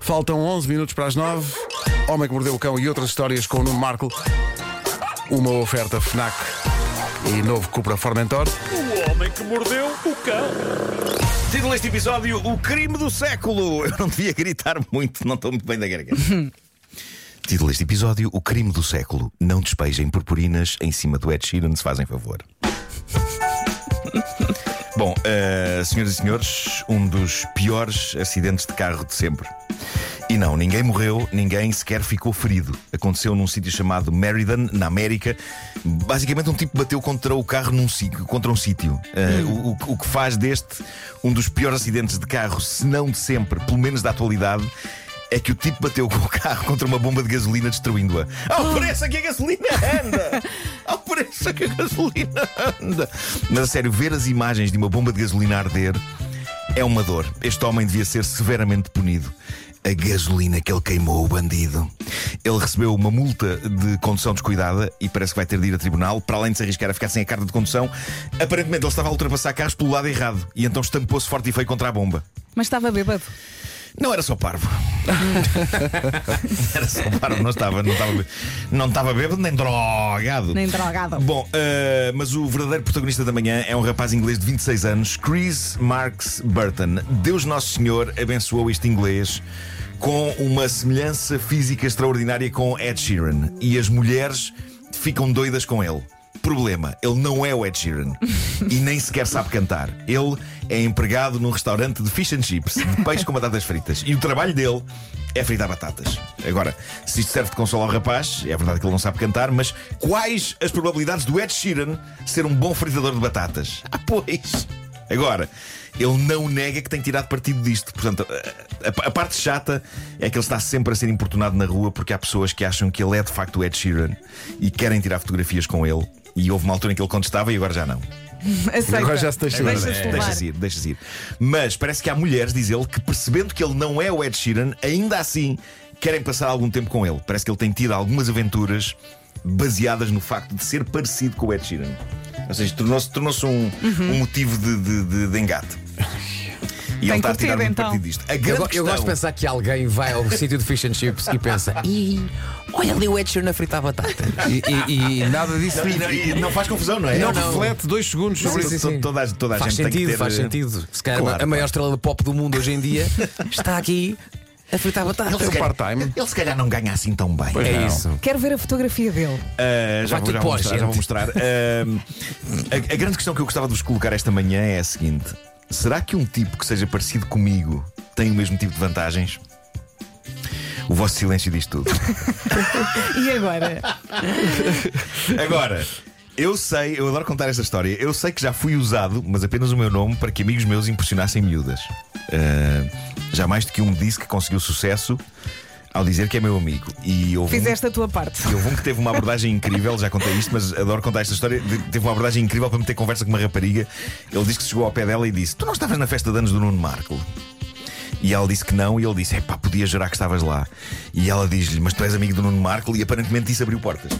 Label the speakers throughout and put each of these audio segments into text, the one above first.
Speaker 1: Faltam 11 minutos para as 9. Homem que mordeu o cão e outras histórias com o Nuno Marco. Uma oferta Fnac e novo Cupra Formentor.
Speaker 2: O homem que mordeu o cão.
Speaker 3: Título deste episódio: O crime do século. Eu não devia gritar muito, não estou muito bem da garganta. Título deste episódio: O crime do século. Não despejem purpurinas em cima do Ed Sheeran, se fazem favor. Bom, eh, senhoras e senhores, um dos piores acidentes de carro de sempre. E não, ninguém morreu, ninguém sequer ficou ferido. Aconteceu num sítio chamado Meriden, na América. Basicamente, um tipo bateu contra o carro num sítio, contra um sítio. Eh, o- o, o que faz deste um dos piores acidentes de carro, se não de sempre, pelo menos da atualidade. É que o tipo bateu com o carro contra uma bomba de gasolina, destruindo-a. Ao preço a que a gasolina anda! Ao preço a que a gasolina anda! Mas a sério, ver as imagens de uma bomba de gasolina arder é uma dor. Este homem devia ser severamente punido. A gasolina que ele queimou, o bandido. Ele recebeu uma multa de condução descuidada e parece que vai ter de ir a tribunal, para além de se arriscar a ficar sem a carta de condução. Aparentemente, ele estava a ultrapassar carros pelo lado errado e então estampou-se forte e feio contra a bomba.
Speaker 4: Mas estava bêbado.
Speaker 3: Não era só parvo. era só parvo, não estava, não estava, não estava bêbado nem drogado.
Speaker 4: Nem drogado.
Speaker 3: Bom, eh, mas o verdadeiro protagonista da manhã é um rapaz inglês de 26 anos, Chris Marks Burton. Deus Nosso Senhor abençoou este inglês com uma semelhança física extraordinária com Ed Sheeran. E as mulheres ficam doidas com ele. Problema, ele não é o Ed Sheeran e nem sequer sabe cantar. Ele é empregado num restaurante de fish and chips, de peixe com batatas fritas. E o trabalho dele é fritar batatas. Agora, se isto serve de consolo ao rapaz, é verdade que ele não sabe cantar, mas quais as probabilidades do Ed Sheeran ser um bom fritador de batatas? Ah, pois! Agora, ele não nega que tem tirado partido disto. Portanto, a, a- a parte chata é que ele está sempre a ser importunado na rua porque há pessoas que acham que ele é de facto o Ed Sheeran e querem tirar fotografias com ele. E houve uma altura em que ele contestava e agora já não.
Speaker 4: Aceita.
Speaker 1: Agora já se deixa assim. ir.
Speaker 3: Agora
Speaker 4: Deixa-te
Speaker 3: é,
Speaker 4: levar.
Speaker 3: deixa-se ir, deixa-se ir. Mas parece que há mulheres, diz ele, que percebendo que ele não é o Ed Sheeran, ainda assim querem passar algum tempo com ele. Parece que ele tem tido algumas aventuras baseadas no facto de ser parecido com o Ed Sheeran. Ou seja, tornou-se tornou um,
Speaker 4: Uhum.
Speaker 3: um motivo de, de- de- de engate. E ele está a tirar
Speaker 4: curtido,
Speaker 3: muito
Speaker 4: então.
Speaker 3: partido disto. A grande
Speaker 5: Eu, go- eu
Speaker 3: questão-
Speaker 5: gosto de pensar que alguém vai ao sítio de fish and chips e pensa: Ih, olha ali o Ed Sheeran a fritar batata.
Speaker 1: E, e- e nada disso.
Speaker 3: E não, e não faz confusão, não é?
Speaker 1: Não,
Speaker 3: É um-
Speaker 1: reflete dois segundos sobre
Speaker 3: sim,
Speaker 1: isso.
Speaker 3: sim. toda a- toda a
Speaker 5: faz
Speaker 3: gente tem que
Speaker 5: sentido,
Speaker 3: ter- eh,
Speaker 5: faz sentido. Se calhar
Speaker 3: Claro,
Speaker 5: a maior estrela de pop do mundo hoje em dia está aqui a fritar batata.
Speaker 3: Ele se
Speaker 1: É um
Speaker 3: calhar-
Speaker 1: part-time.
Speaker 3: Ele se calhar não ganha assim tão bem.
Speaker 1: Pois
Speaker 5: É
Speaker 1: não.
Speaker 5: isso.
Speaker 4: Quero ver a fotografia dele.
Speaker 3: Uh, já, vou,
Speaker 5: Vai tudo
Speaker 3: já,
Speaker 5: para
Speaker 3: vou
Speaker 5: a
Speaker 3: mostrar, já vou
Speaker 5: gente.
Speaker 3: mostrar. Uh, a, a grande questão que eu gostava de vos colocar esta manhã é a seguinte: será que um tipo que seja parecido comigo tem o mesmo tipo de vantagens? O vosso silêncio diz tudo.
Speaker 4: E agora?
Speaker 3: Agora, eu sei, eu adoro contar esta história. Eu sei que já fui usado, mas apenas o meu nome, para que amigos meus impressionassem miúdas. Ah, já mais do que um disse que conseguiu sucesso ao dizer que é meu amigo. E houve um-
Speaker 4: Fizeste a tua parte.
Speaker 3: e Houve um que teve uma abordagem incrível, já contei isto, mas adoro contar esta história. de- Teve uma abordagem incrível para meter conversa com uma rapariga. Ele disse que chegou ao pé dela e disse: Tu não estavas na festa de anos do Nuno Marco? E ela disse que não, e ele disse: Epá, podia jurar que estavas lá. E ela diz-lhe: Mas tu és amigo do Nuno Marco, e aparentemente isso abriu portas.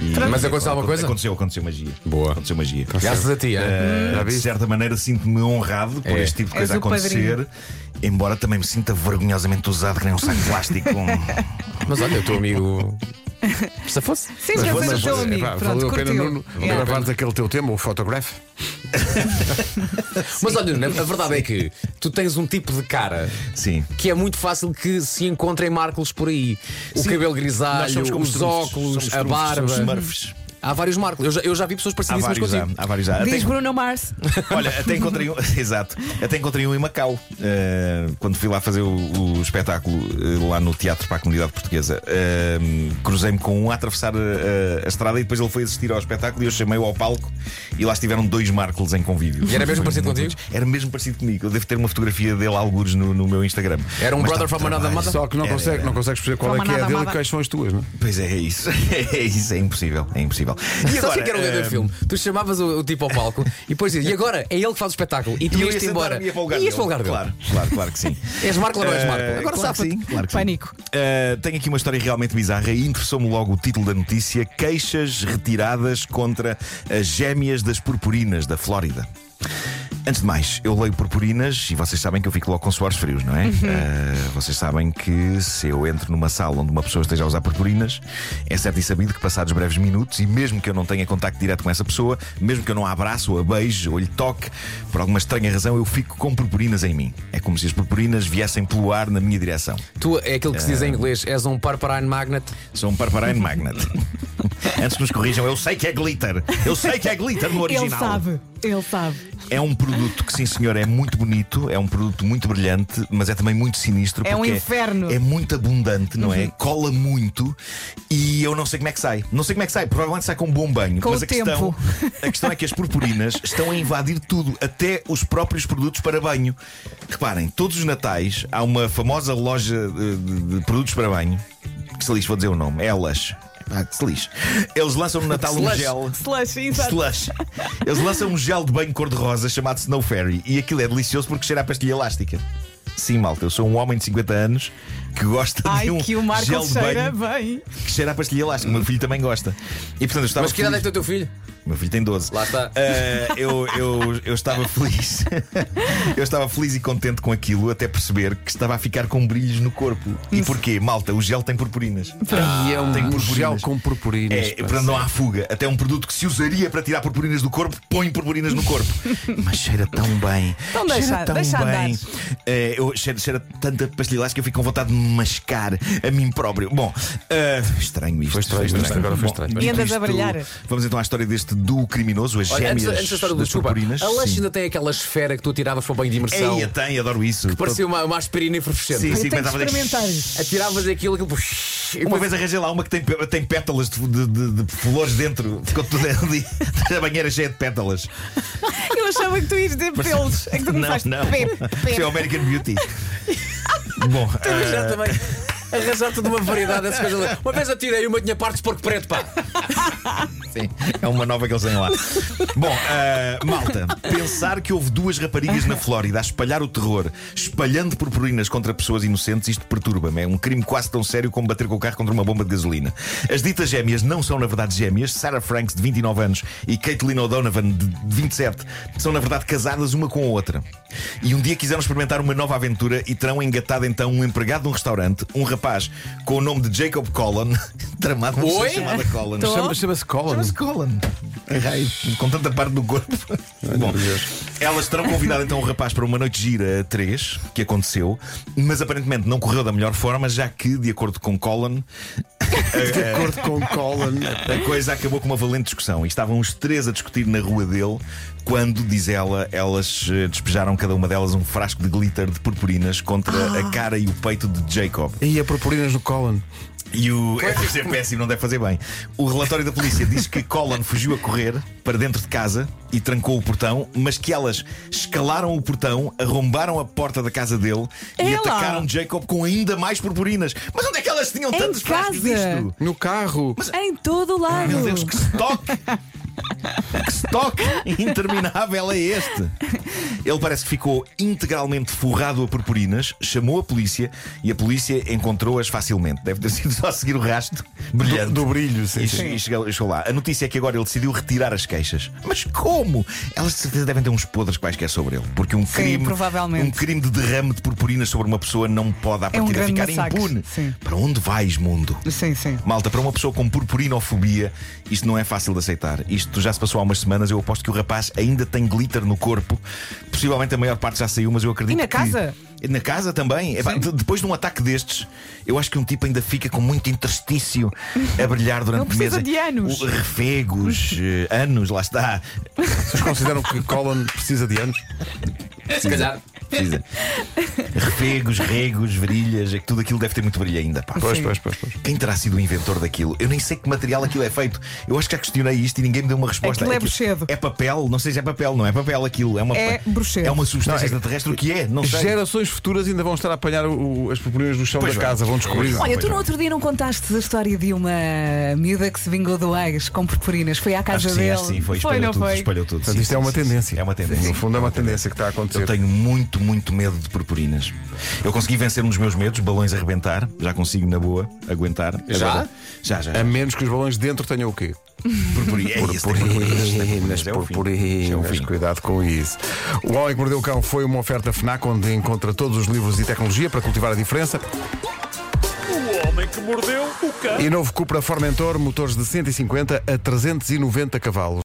Speaker 3: E-
Speaker 5: Mas aconteceu alguma coisa?
Speaker 3: Aconteceu, aconteceu magia.
Speaker 5: Boa.
Speaker 3: Aconteceu magia.
Speaker 5: Graças a ti, é?
Speaker 3: Ah, de certa maneira sinto-me honrado por
Speaker 5: É.
Speaker 3: este tipo de
Speaker 4: És
Speaker 3: coisa
Speaker 4: o padrinho.
Speaker 3: acontecer, embora também me sinta vergonhosamente usado que nem um saco de plástico.
Speaker 5: Mas olha, o teu amigo. Se fosse.
Speaker 4: Sim, já foi o teu
Speaker 1: Mas,
Speaker 4: amigo.
Speaker 1: epá,
Speaker 4: Pronto,
Speaker 1: valeu a pena,
Speaker 4: curtiu.
Speaker 1: Nuno,
Speaker 4: Yeah.
Speaker 1: gravares aquele teu tema, o Photograph.
Speaker 5: Mas olha, Nuno, a verdade é que tu tens um tipo de cara
Speaker 3: Sim.
Speaker 5: que é muito fácil que se encontrem Marcos por aí. O
Speaker 3: Sim,
Speaker 5: cabelo
Speaker 3: nós
Speaker 5: grisalho,
Speaker 3: somos como
Speaker 5: os
Speaker 3: trunfos,
Speaker 5: óculos,
Speaker 3: somos
Speaker 5: a
Speaker 3: trunfos,
Speaker 5: barba.
Speaker 3: somos Smurfs.
Speaker 5: há vários Marcos. Eu já, eu já vi pessoas
Speaker 3: Há
Speaker 5: parecidíssimas
Speaker 3: vários há,
Speaker 5: contigo.
Speaker 3: há vários há.
Speaker 4: Diz
Speaker 3: Até-
Speaker 4: Bruno Mars.
Speaker 3: Olha, até encontrei um. Exato. Até encontrei um em Macau. eh, quando fui lá fazer o, o espetáculo eh, lá no Teatro para a Comunidade Portuguesa, eh, cruzei-me com um a atravessar a, a- a estrada e depois ele foi assistir ao espetáculo e eu chamei-o ao palco e lá estiveram dois Marcos em convívio.
Speaker 5: E era mesmo
Speaker 3: Foi
Speaker 5: parecido
Speaker 3: muito
Speaker 5: contigo?
Speaker 3: Era mesmo parecido comigo. Eu devo ter uma fotografia dele, algures, no, no meu Instagram.
Speaker 5: Era um
Speaker 3: Mas
Speaker 5: brother
Speaker 3: tá-
Speaker 5: from another
Speaker 3: trabalho.
Speaker 5: mother?
Speaker 1: Só que não,
Speaker 3: Era,
Speaker 1: consegue,
Speaker 3: era.
Speaker 1: não consegues perceber qual é
Speaker 4: Toma
Speaker 1: que é a
Speaker 4: nada,
Speaker 1: dele e
Speaker 4: nada.
Speaker 1: quais são as tuas, não é?
Speaker 3: Pois é, é isso. É isso, é impossível. É impossível. E
Speaker 5: Sabe o que é que era o
Speaker 3: eh,
Speaker 5: grande filme? Tu chamavas o, o tipo ao palco e depois dizia, e agora é ele que faz o espetáculo e tu
Speaker 3: E eu ia
Speaker 5: ias-te
Speaker 3: sentar-me
Speaker 5: embora.
Speaker 3: e ia para o lugar
Speaker 5: ias para o
Speaker 3: dele.
Speaker 5: lugar dele.
Speaker 3: Claro, claro, claro que sim.
Speaker 5: És Marco ou não és
Speaker 3: Eh,
Speaker 5: Marco? Agora
Speaker 3: claro que
Speaker 5: safa-te.
Speaker 3: sim, claro que sim.
Speaker 4: Pânico.
Speaker 3: Uh, tenho aqui uma história realmente bizarra e interessou-me logo o título da notícia: Queixas retiradas contra as gêmeas das purpurinas da Flórida. Antes de mais, eu leio purpurinas e vocês sabem que eu fico logo com suores frios, não é? Ah, vocês sabem que se eu entro numa sala onde uma pessoa esteja a usar purpurinas, é certo e sabido que passados breves minutos, e mesmo que eu não tenha contacto direto com essa pessoa, mesmo que eu não a abraço, ou a beije, ou lhe toque, por alguma estranha razão, eu fico com purpurinas em mim. É como se as purpurinas viessem pelo ar na minha direção.
Speaker 5: Tu é aquilo que se diz
Speaker 3: eh,
Speaker 5: em inglês, és um parparine magnet.
Speaker 3: Sou um Parparine Magnet. Antes que nos corrijam, eu sei que é glitter. Eu sei que é glitter no original.
Speaker 4: Ele sabe, ele sabe.
Speaker 3: É um produto que, sim senhor, é muito bonito, é um produto muito brilhante, mas é também muito sinistro.
Speaker 4: É um
Speaker 3: porque
Speaker 4: inferno. Uhum.
Speaker 3: É muito abundante, não é? Cola muito e eu não sei como é que sai. Não sei como é que sai, provavelmente sai com um bom banho.
Speaker 4: Com
Speaker 3: mas
Speaker 4: o
Speaker 3: a, questão,
Speaker 4: tempo.
Speaker 3: a questão é que as purpurinas estão a invadir tudo, até os próprios produtos para banho. Reparem, todos os natais há uma famosa loja de, de- de produtos para banho, que se lixe, vou dizer o nome, Elas. Ah, que se lixe. Eles lançam no Natal um
Speaker 5: Slush.
Speaker 3: gel.
Speaker 4: Slush, exato.
Speaker 3: Slush. Eles lançam um gel de banho cor-de-rosa chamado Snow Fairy e aquilo é delicioso porque cheira a pastilha elástica. Sim, malta, eu sou um homem de 50 anos que gosta
Speaker 4: Ai,
Speaker 3: de um
Speaker 4: que o Marco
Speaker 3: gel de
Speaker 4: cheira
Speaker 3: banho
Speaker 4: bem.
Speaker 3: que cheira a pastilha elástica. O meu filho também gosta. E portanto eu estava
Speaker 5: Mas que idade é
Speaker 3: feliz-
Speaker 5: que tem o teu filho?
Speaker 3: Meu filho tem 12.
Speaker 5: Lá está.
Speaker 3: Ah, eu, eu, eu estava feliz. eu estava feliz e contente com aquilo até perceber que estava a ficar com brilhos no corpo. E porquê? Malta, o gel tem purpurinas.
Speaker 4: Ah,
Speaker 1: e é um,
Speaker 3: tem
Speaker 1: um gel
Speaker 3: purpurinas.
Speaker 1: com purpurinas.
Speaker 3: É,
Speaker 1: pá.
Speaker 3: para não há fuga. Até um produto que se usaria para tirar purpurinas do corpo, põe purpurinas no corpo. Mas cheira tão bem.
Speaker 4: Então
Speaker 3: cheira
Speaker 4: deixa-
Speaker 3: tão
Speaker 4: deixa
Speaker 3: bem. É, eu, cheira, cheira tanta pastilha elástica que eu fico com vontade de mascar a mim próprio. Bom, ah, estranho isto.
Speaker 1: Foi estranho,
Speaker 3: Foi
Speaker 1: isto agora foi
Speaker 3: Bom,
Speaker 1: estranho.
Speaker 3: dito
Speaker 4: E andas
Speaker 3: isto,
Speaker 4: a brilhar.
Speaker 3: Vamos então à história deste duo criminoso, as
Speaker 5: Olha, antes,
Speaker 3: gêmeas
Speaker 5: antes da história do
Speaker 3: das
Speaker 5: desculpa,
Speaker 3: purpurinas.
Speaker 5: a lanche
Speaker 3: Sim.
Speaker 5: ainda tem aquela esfera que tu tiravas para o banho de imersão.
Speaker 3: Eia, tem, adoro isso.
Speaker 5: Parecia uma, uma aspirina efervescente.
Speaker 3: Sim, sim,
Speaker 4: Eu tenho que
Speaker 3: começava a fazer-
Speaker 4: experimentar isso.
Speaker 5: Atiravas aquilo, aquilo. puf, e
Speaker 3: Uma
Speaker 5: depois-
Speaker 3: vez arranjei lá uma que tem, pe- tem pétalas de, de- de- de flores dentro. Ficou tudo ali. A banheira cheia de pétalas.
Speaker 4: Eu achava que tu ias dizer pelos. É que tu
Speaker 3: Nou,
Speaker 4: começaste
Speaker 3: não, não.
Speaker 4: Pep,
Speaker 3: Isso é o
Speaker 4: pep.
Speaker 3: American Beauty. eh, Bom,
Speaker 5: Mas já também. Arranjar-te de uma variedade dessas coisas. ali. Uma vez atirei uma, tinha partes de porco preto, pá.
Speaker 3: Sim, é uma nova que eles têm lá. Bom, ah, malta, pensar que houve duas raparigas na Flórida a espalhar o terror, espalhando purpurinas contra pessoas inocentes, isto perturba-me. É um crime quase tão sério como bater com o carro contra uma bomba de gasolina. As ditas gêmeas não são, na verdade, gêmeas. Sarah Franks, de 29 anos, e Caitlin O'Donovan, de 27, são, na verdade, casadas uma com a outra. E um dia quiseram experimentar uma nova aventura e terão engatado então um empregado de um restaurante, um rapaz com o nome de Jacob Collin, tramado por uma pessoa
Speaker 5: Oi?
Speaker 3: chamada Collin.
Speaker 4: Tô.
Speaker 1: Chama- Chama-se cola.
Speaker 3: Chama-se Colin. Errei. Com tanta parte do corpo. Bom, elas terão convidado então o rapaz para uma noite gira a três, que aconteceu, mas aparentemente não correu da melhor forma, já que, de acordo com Colin,
Speaker 1: De acordo com cola.
Speaker 3: a coisa acabou com uma valente discussão. E estavam os três a discutir na rua dele quando, diz ela, elas eh, despejaram cada uma delas um frasco de glitter de purpurinas contra a cara e o peito de Jacob.
Speaker 1: E a purpurinas no Colin.
Speaker 3: E o. É deve ser péssimo, não deve fazer bem. O relatório da polícia diz que Colin fugiu a correr para dentro de casa e trancou o portão, mas que elas escalaram o portão, arrombaram a porta da casa dele e
Speaker 4: Ela!
Speaker 3: atacaram Jacob com ainda mais purpurinas. Mas onde é que elas tinham
Speaker 4: Em
Speaker 3: tantos frascos
Speaker 4: casa!
Speaker 3: disto?
Speaker 1: No carro.
Speaker 4: Em todo o lado.
Speaker 3: Meu Deus, que estoque! Que estoque interminável é este? Ele parece que ficou integralmente forrado a purpurinas, chamou a polícia e a polícia encontrou-as facilmente. Deve ter sido só seguir o rastro brilhante.
Speaker 1: Do brilho, sim.
Speaker 3: E,
Speaker 1: sim.
Speaker 3: che- e chegou, chegou lá. A notícia é que agora ele decidiu retirar as queixas. Mas como? Elas de certeza devem ter uns podres quaisquer sobre ele. Porque um crime.
Speaker 4: provavelmente.
Speaker 3: Um crime de derrame de purpurinas sobre uma pessoa não pode à
Speaker 4: um
Speaker 3: partida
Speaker 4: grande
Speaker 3: ficar
Speaker 4: massacre,
Speaker 3: impune.
Speaker 4: sim.
Speaker 3: Para onde vais, mundo?
Speaker 4: Sim, sim.
Speaker 3: Malta, para uma pessoa com purpurinofobia, isto não é fácil de aceitar. Isto já se passou há umas semanas. Eu aposto que o rapaz ainda tem glitter no corpo. Possivelmente a maior parte já saiu, mas eu acredito
Speaker 4: E na
Speaker 3: que-
Speaker 4: casa?
Speaker 3: Na casa também. Epá, de- depois de um ataque destes, eu acho que um tipo ainda fica com muito interstício a brilhar
Speaker 4: Não
Speaker 3: durante
Speaker 4: precisa
Speaker 3: meses.
Speaker 4: de anos.
Speaker 3: O- Refegos, eh, anos, lá está. é
Speaker 1: Vocês consideram que Colin precisa de anos?
Speaker 5: Se calhar.
Speaker 3: Precisa. Refegos, regos, varilhas, é que tudo aquilo deve ter muito brilho ainda. Pá.
Speaker 1: Pois,
Speaker 4: Sim.
Speaker 1: pois, pois, pois.
Speaker 3: Quem terá sido o inventor daquilo? Eu nem sei que material aquilo é feito. Eu acho que já questionei isto e ninguém me deu uma resposta.
Speaker 4: Aquilo é bruxedo.
Speaker 3: É papel? Não sei se é papel, não é papel aquilo. É, uma,
Speaker 4: É bruxedo.
Speaker 3: É uma substância extraterrestre. O que é? Não sei.
Speaker 1: Gerações futuras ainda vão estar a apanhar o- as purpurinas do chão
Speaker 3: Pois
Speaker 1: da
Speaker 3: vai.
Speaker 1: casa, vão descobrir.
Speaker 4: Olha,
Speaker 3: Pois
Speaker 4: tu
Speaker 3: é.
Speaker 4: no outro dia não contaste a história de uma miúda que se vingou do ex com purpurinas. Foi à
Speaker 3: Acho
Speaker 4: casa
Speaker 3: que Ah, sim,
Speaker 4: dele.
Speaker 3: acho que sim. Foi, espalhou
Speaker 4: não
Speaker 3: tudo.
Speaker 4: foi?
Speaker 3: Espalhou tudo.
Speaker 1: Portanto,
Speaker 3: Sim,
Speaker 1: isto é
Speaker 3: sim,
Speaker 1: uma
Speaker 3: sim, sim.
Speaker 1: tendência.
Speaker 3: É uma tendência.
Speaker 1: No fundo, é uma tendência que está a acontecer.
Speaker 3: Eu tenho muito, muito medo de purpurinas. Eu consegui vencer um dos meus medos, balões a arrebentar. Já consigo, na boa, aguentar.
Speaker 5: Já?
Speaker 3: já, já.
Speaker 1: É A menos que os balões dentro tenham o quê?
Speaker 3: Purpurinas. É isso, tem purpurinas, tem
Speaker 1: Purpurinas,
Speaker 3: purpurinas, é o fim. É o
Speaker 1: purpurinas,
Speaker 3: fim.
Speaker 1: cuidado com isso. O Homem que Mordeu o Cão foi uma oferta FNAC onde encontra todos os livros e tecnologia para cultivar a diferença.
Speaker 2: O homem que mordeu o cão.
Speaker 1: E novo Cupra Formentor, motores de 150 a 390 cavalos.